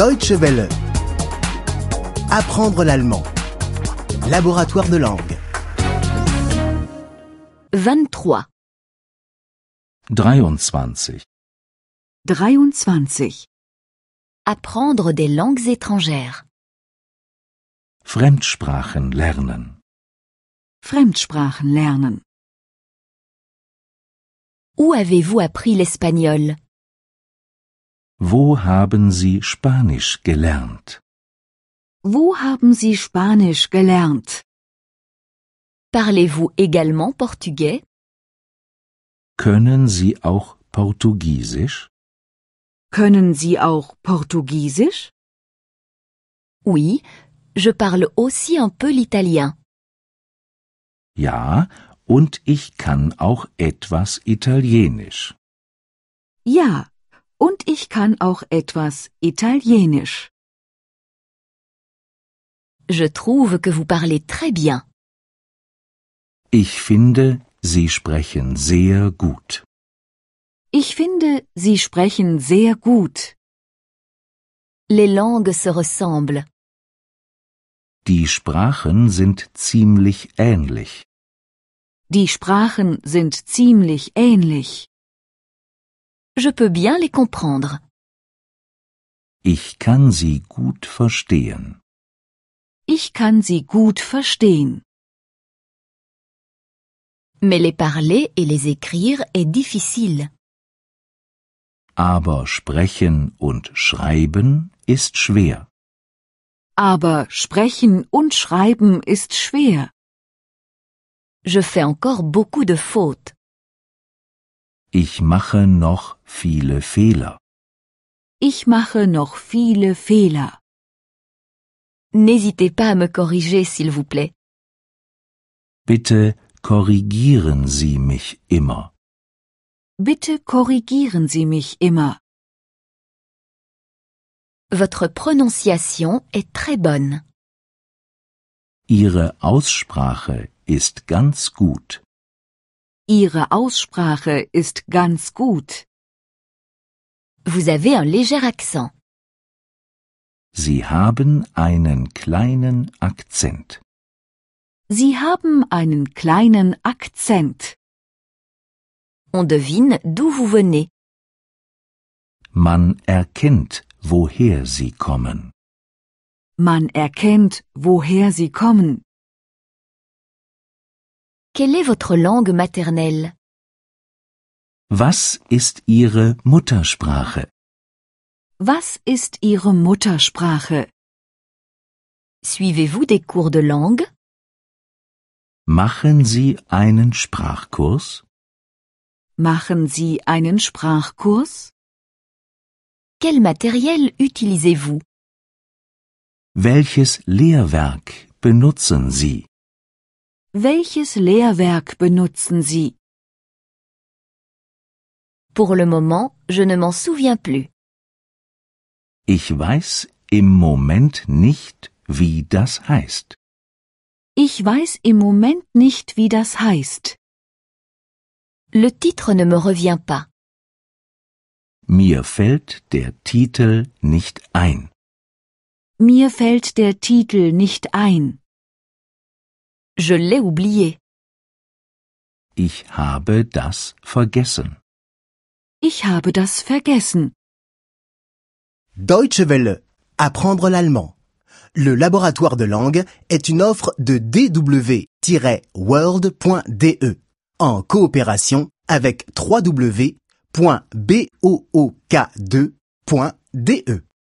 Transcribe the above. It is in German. Deutsche Welle. Apprendre l'allemand. Laboratoire de langue. 23. 23. 23. Apprendre des langues étrangères. Fremdsprachen lernen. Fremdsprachen lernen. Où avez-vous appris l'espagnol Wo haben Sie Spanisch gelernt? Wo haben Sie Spanisch gelernt? Parlez-vous également portugais Können Sie auch Portugiesisch? Können Sie auch Portugiesisch? Oui, je parle aussi un peu l'italien. Ja, und ich kann auch etwas Italienisch. Ja, und ich kann auch etwas Italienisch. Je trouve que vous parlez très bien. Ich finde, Sie sprechen sehr gut. Ich finde, Sie sprechen sehr gut. Les langues se ressemblent. Die Sprachen sind ziemlich ähnlich. Die Sprachen sind ziemlich ähnlich. Je peux bien les comprendre. Ich kann sie gut verstehen. Ich kann sie gut verstehen. Mais les parler et les écrire est difficile. Aber sprechen und schreiben ist schwer. Aber sprechen und schreiben ist schwer. Je fais encore beaucoup de fautes. Ich mache noch viele Fehler. Ich mache noch viele Fehler. N'hésitez pas à me corriger, s'il vous plaît. Bitte korrigieren Sie mich immer. Bitte korrigieren Sie mich immer. Votre prononciation est très bonne. Ihre Aussprache ist ganz gut. Ihre Aussprache ist ganz gut. Vous avez un léger accent. Sie haben einen kleinen Akzent. Sie haben einen kleinen Akzent. On devine d'où vous venez. Man erkennt, woher sie kommen. Man erkennt, woher Sie kommen. Quelle est votre langue maternelle Was ist Ihre Muttersprache? Was ist Ihre Muttersprache? Suivez-vous des cours de langue Machen Sie einen Sprachkurs? Machen Sie einen Sprachkurs? Quel matériel utilisez-vous Welches Lehrwerk benutzen Sie? Welches Lehrwerk benutzen Sie? Pour le moment, je ne m'en souviens plus. Ich weiß im Moment nicht, wie das heißt. Ich weiß im Moment nicht, wie das heißt. Le titre ne me revient pas. Mir fällt der Titel nicht ein. Mir fällt der Titel nicht ein. Je l'ai oublié. Ich habe das vergessen. Ich habe das vergessen. Deutsche Welle. Apprendre l'allemand. Le laboratoire de langue est une offre de dw-world.de E en coopération avec www.book2.de.